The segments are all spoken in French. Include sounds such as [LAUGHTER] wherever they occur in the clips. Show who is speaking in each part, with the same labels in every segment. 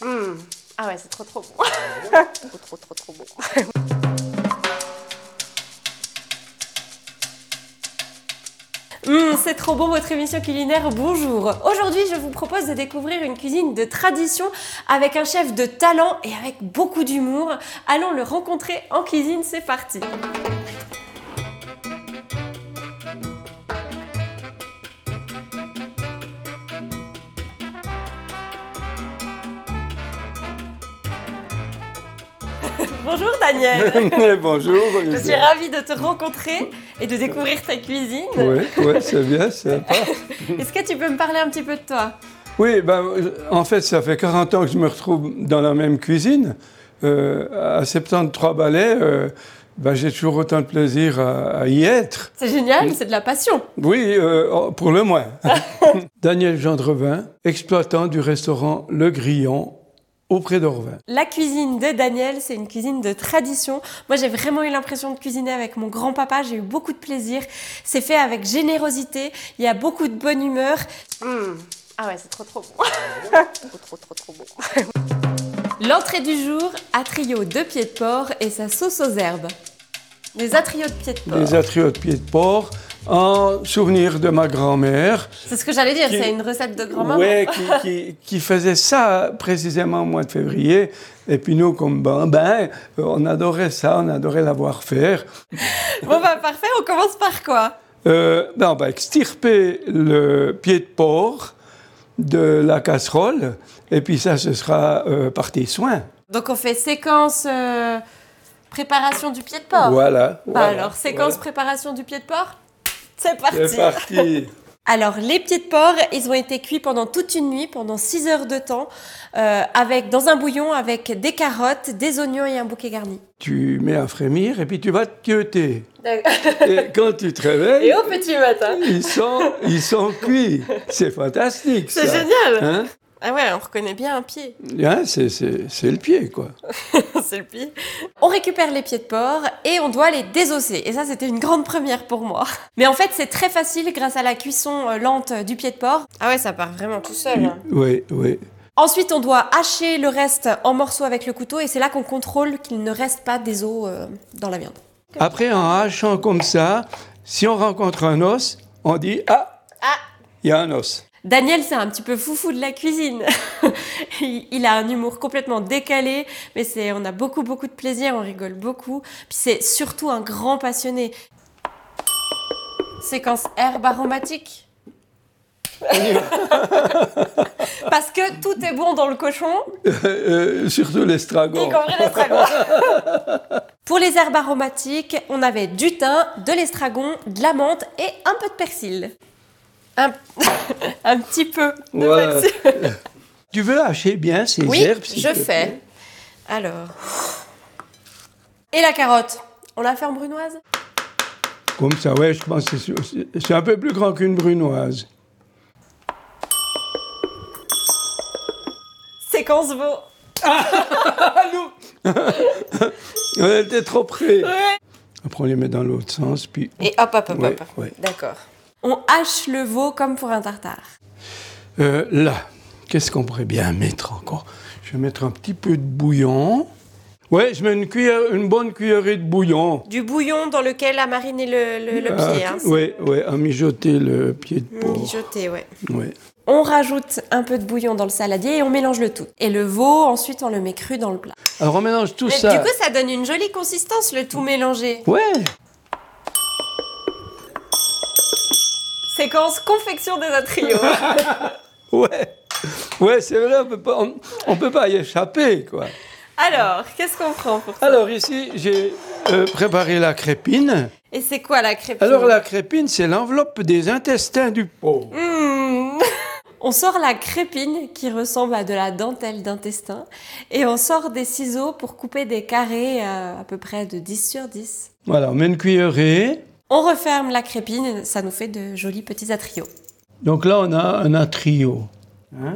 Speaker 1: Mmh. Ah ouais, c'est trop trop bon. [LAUGHS] trop trop trop trop bon. Mmh, c'est trop bon votre émission culinaire, bonjour Aujourd'hui je vous propose de découvrir une cuisine de tradition avec un chef de talent et avec beaucoup d'humour. Allons le rencontrer en cuisine, c'est [LAUGHS] parti Bonjour [LAUGHS] Daniel
Speaker 2: Bonjour.
Speaker 1: Je suis ravie de te rencontrer et de découvrir ta cuisine.
Speaker 2: Oui, ouais, c'est bien, c'est sympa.
Speaker 1: Est-ce que tu peux me parler un petit peu de toi
Speaker 2: Oui, ben, en fait, ça fait 40 ans que je me retrouve dans la même cuisine. Euh, à 73 balais, euh, ben, j'ai toujours autant de plaisir à, à y être.
Speaker 1: C'est génial, c'est de la passion.
Speaker 2: Oui, euh, pour
Speaker 1: [LAUGHS]
Speaker 2: le moins. Daniel Gendrevin, exploitant du restaurant Le Grillon auprès d'Orvin.
Speaker 1: La cuisine de Daniel, c'est une cuisine de tradition. Moi, j'ai vraiment eu l'impression de cuisiner avec mon grand-papa. J'ai eu beaucoup de plaisir. C'est fait avec générosité. Il y a beaucoup de bonne humeur. Mmh. Ah ouais, c'est trop trop [LAUGHS] bon. trop trop trop trop bon. L'entrée du jour, atrio de pied de porc et sa sauce aux herbes. Les atrios de pied de porc.
Speaker 2: Les atrios de pied de porc en souvenir de ma grand-mère.
Speaker 1: C'est ce que j'allais dire,
Speaker 2: Qui-
Speaker 1: c'est une recette de grand-maman.
Speaker 2: Ouais, qui, qui- qui faisait ça précisément au mois de février. Et puis nous, comme bambins, on adorait ça, on adorait la voir faire.
Speaker 1: Bon bah parfait, on commence par quoi
Speaker 2: Euh, ben, on va extirper le pied de porc de la casserole, et puis ça, ce sera euh, par tes soins.
Speaker 1: Donc on fait séquence euh, préparation du pied de porc.
Speaker 2: Voilà.
Speaker 1: Bah
Speaker 2: voilà,
Speaker 1: alors, séquence préparation du pied de porc C'est
Speaker 2: voilà.
Speaker 1: parti
Speaker 2: C'est parti.
Speaker 1: Alors, les pieds de porc, ils ont été cuits pendant toute une nuit, pendant 6 heures de temps, euh, avec dans un bouillon avec des carottes, des oignons et un bouquet garni.
Speaker 2: tu mets à frémir, et puis tu vas te queuter.
Speaker 1: Et [LAUGHS]
Speaker 2: Et quand tu te réveilles,
Speaker 1: au petit matin
Speaker 2: ils sont, ils sont cuits. C'est fantastique, ça.
Speaker 1: C'est génial
Speaker 2: Hein
Speaker 1: Ah ouais, on reconnaît bien un pied,
Speaker 2: Hein, c'est- c'est c'est le pied, quoi.
Speaker 1: [LAUGHS] c'est le pied. On récupère les pieds de porc et on doit les désosser. Et ça, c'était une grande première pour moi. [LAUGHS] Mais en fait, c'est très facile grâce à la cuisson euh, lente du pied de porc. Ah ouais, ça part vraiment tout seul. hein.
Speaker 2: Oui, oui.
Speaker 1: Ensuite, on doit hacher le reste en morceaux avec le couteau et c'est là qu'on contrôle qu'il ne reste pas des os euh, dans la viande.
Speaker 2: Après, en hachant comme ça, si on rencontre un os, on dit Ah,
Speaker 1: Ah.
Speaker 2: il y a un os. [LAUGHS]
Speaker 1: Daniel, c'est un petit peu foufou de la cuisine. [LAUGHS] il il a un humour complètement décalé, mais c'est, on a beaucoup, beaucoup de plaisir, on rigole beaucoup. Puis c'est surtout un grand passionné. Séquence herbe aromatique. [LAUGHS] Parce que tout est bon dans le cochon,
Speaker 2: Euh, surtout
Speaker 1: y
Speaker 2: l'estragon.
Speaker 1: compris l'estragon. [LAUGHS] Pour les herbes aromatiques, on avait du thym, de l'estragon, de la menthe et un peu de persil. Un, [LAUGHS] un petit peu de
Speaker 2: Ouais.
Speaker 1: persil.
Speaker 2: Tu veux hacher bien ces
Speaker 1: Oui,
Speaker 2: herbes s'il
Speaker 1: je
Speaker 2: te plaît
Speaker 1: fais. Alors. Et la carotte On la fait en brunoise
Speaker 2: Comme ça, ouais, je pense que c'est- c'est c'est un peu plus grand qu'une brunoise.
Speaker 1: Séquence veau.
Speaker 2: Ah, [LAUGHS] Elle était trop près.
Speaker 1: Ouais.
Speaker 2: Après, on les met dans l'autre sens, puis.
Speaker 1: Et hop, hop, hop,
Speaker 2: Ouais,
Speaker 1: hop.
Speaker 2: ouais.
Speaker 1: D'accord. On hache le veau comme pour un tartare.
Speaker 2: Euh, là, qu'est-ce qu'on pourrait bien mettre encore Je vais mettre un petit peu de bouillon. Ouais, je mets une, cuillère, une bonne cuillerée de bouillon.
Speaker 1: Du bouillon dans lequel a mariné le, le- le pied. hein. Mmh,
Speaker 2: Oui, Ah, ouais, à mijoter le pied de porc.
Speaker 1: Mijoté, ouais.
Speaker 2: Ouais.
Speaker 1: On rajoute un peu de bouillon dans le saladier et on mélange le tout. Et le veau, ensuite, on le met cru dans le plat.
Speaker 2: Alors on mélange tout
Speaker 1: Mais
Speaker 2: ça.
Speaker 1: du coup, ça donne une jolie consistance, le tout mélangé.
Speaker 2: Ouais.
Speaker 1: Séquence confection des
Speaker 2: [LAUGHS]
Speaker 1: atrios.
Speaker 2: Ouais. Ouais, c'est vrai, on peut pas, on, on peut pas y échapper, quoi.
Speaker 1: Alors, qu'est-ce qu'on prend pour ça
Speaker 2: Alors ici, j'ai euh, préparé la crépine.
Speaker 1: Et c'est quoi la crêpe
Speaker 2: Alors la crépine, c'est l'enveloppe des intestins du porc.
Speaker 1: Mmh. On sort la crépine qui ressemble à de la dentelle d'intestin et on sort des ciseaux pour couper des carrés euh, à peu près de 10 sur 10.
Speaker 2: Voilà, on met une cuillerée.
Speaker 1: On referme la crépine, ça nous fait de jolis petits atrios.
Speaker 2: Donc là, on a un atrio.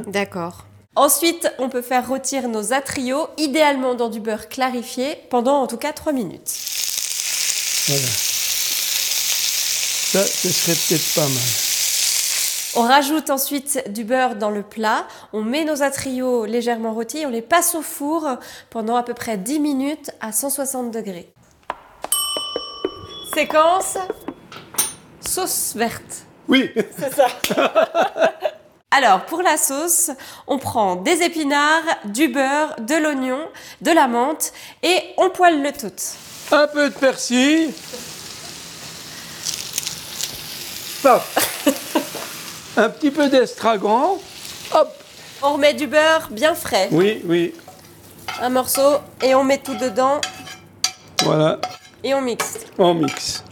Speaker 1: D'accord. Ensuite, on peut faire rôtir nos atrios, idéalement dans du beurre clarifié, pendant en tout cas 3 minutes.
Speaker 2: Voilà. Ça, ce serait peut-être pas mal.
Speaker 1: On rajoute ensuite du beurre dans le plat. On met nos atrios légèrement rôtis. On les passe au four pendant à peu près 10 minutes à 160 degrés. Séquence sauce verte.
Speaker 2: Oui,
Speaker 1: C'est ça. Alors, pour la sauce, on prend des épinards, du beurre, de l'oignon, de la menthe et on poêle le tout.
Speaker 2: un peu de persil. Paf. [LAUGHS] un petit peu d'estragon. Hop.
Speaker 1: On remet du beurre bien frais,
Speaker 2: Oui, oui.
Speaker 1: un morceau, et on met tout dedans
Speaker 2: Voilà,
Speaker 1: et on mixe.
Speaker 2: on mixe.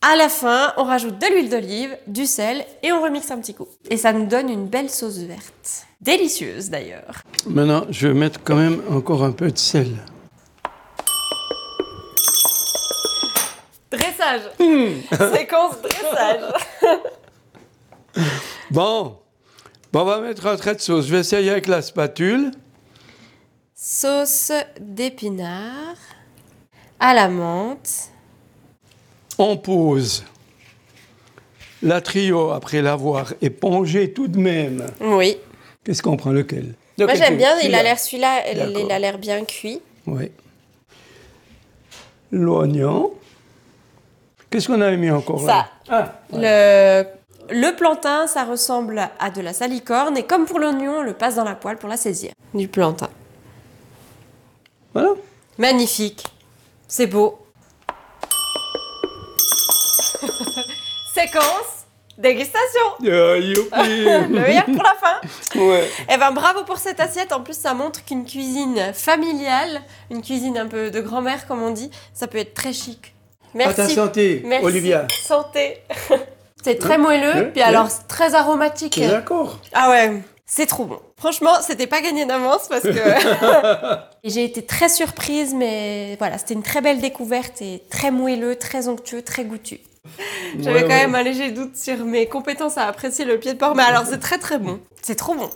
Speaker 1: À la fin, on rajoute de l'huile d'olive, du sel et on remixe un petit coup. Et ça nous donne une belle sauce verte. Délicieuse d'ailleurs.
Speaker 2: Maintenant, je vais mettre quand même encore un peu de sel.
Speaker 1: Dressage [LAUGHS] Séquence dressage
Speaker 2: Bon. Bon, on va mettre un trait de sauce. Je vais essayer avec la spatule.
Speaker 1: Sauce d'épinards à la menthe.
Speaker 2: On pose la trio après l'avoir épongé tout de même.
Speaker 1: Oui.
Speaker 2: Qu'est-ce qu'on prend lequel
Speaker 1: Moi j'aime bien, il a l'air celui-là, il
Speaker 2: D'accord.
Speaker 1: il a l'air bien cuit.
Speaker 2: Oui. L'oignon. Qu'est-ce qu'on avait mis encore là Ah,
Speaker 1: Le, le plantain, ça ressemble à de la salicorne et comme pour l'oignon, on le passe dans la poêle pour la saisir. Du plantain.
Speaker 2: voilà.
Speaker 1: Magnifique. C'est beau. [LAUGHS] Séquence dégustation.
Speaker 2: [LAUGHS] Ah, youpi
Speaker 1: [LAUGHS] Le meilleur pour la fin.
Speaker 2: Ouais.
Speaker 1: Eh ben bravo pour cette assiette. En plus, ça montre qu'une cuisine familiale, une cuisine un peu de grand-mère comme on dit, ça peut être très chic.
Speaker 2: À ta
Speaker 1: Merci.
Speaker 2: santé,
Speaker 1: Merci.
Speaker 2: Olivia.
Speaker 1: Santé. [LAUGHS] C'est très moelleux,
Speaker 2: hein,
Speaker 1: puis alors c'est très aromatique.
Speaker 2: D'accord.
Speaker 1: Ah ouais, c'est trop bon. Franchement, c'était pas gagné d'avance parce que
Speaker 2: [LAUGHS]
Speaker 1: [LAUGHS] Et j'ai été très surprise, mais voilà, c'était une très belle découverte et très moelleux, très onctueux, très goûtu. J'avais
Speaker 2: Ouais,
Speaker 1: quand
Speaker 2: ouais.
Speaker 1: même un léger doute sur mes compétences à apprécier le pied de porc, mais alors c'est très très bon. C'est trop bon.